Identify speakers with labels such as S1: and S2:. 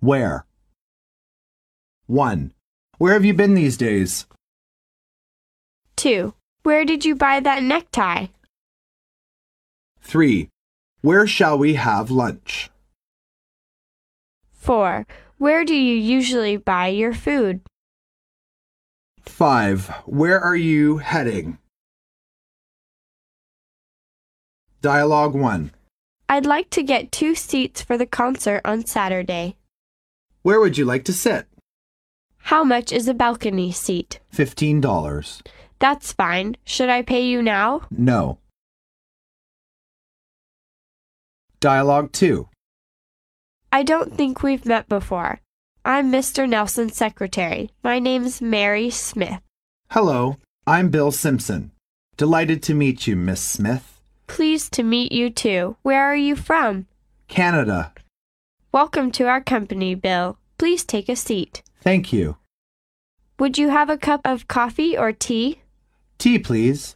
S1: Where? 1. Where have you been these days?
S2: 2. Where did you buy that necktie?
S1: 3. Where shall we have lunch?
S2: 4. Where do you usually buy your food?
S1: 5. Where are you heading? Dialogue 1.
S2: I'd like to get two seats for the concert on Saturday.
S1: Where would you like to sit?
S2: How much is a balcony seat?
S1: $15.
S2: That's fine. Should I pay you now?
S1: No. Dialogue 2.
S2: I don't think we've met before. I'm Mr. Nelson's secretary. My name's Mary Smith.
S1: Hello, I'm Bill Simpson. Delighted to meet you, Miss Smith.
S2: Pleased to meet you too. Where are you from?
S1: Canada.
S2: Welcome to our company, Bill. Please take a seat.
S1: Thank you.
S2: Would you have a cup of coffee or tea?
S1: Tea, please.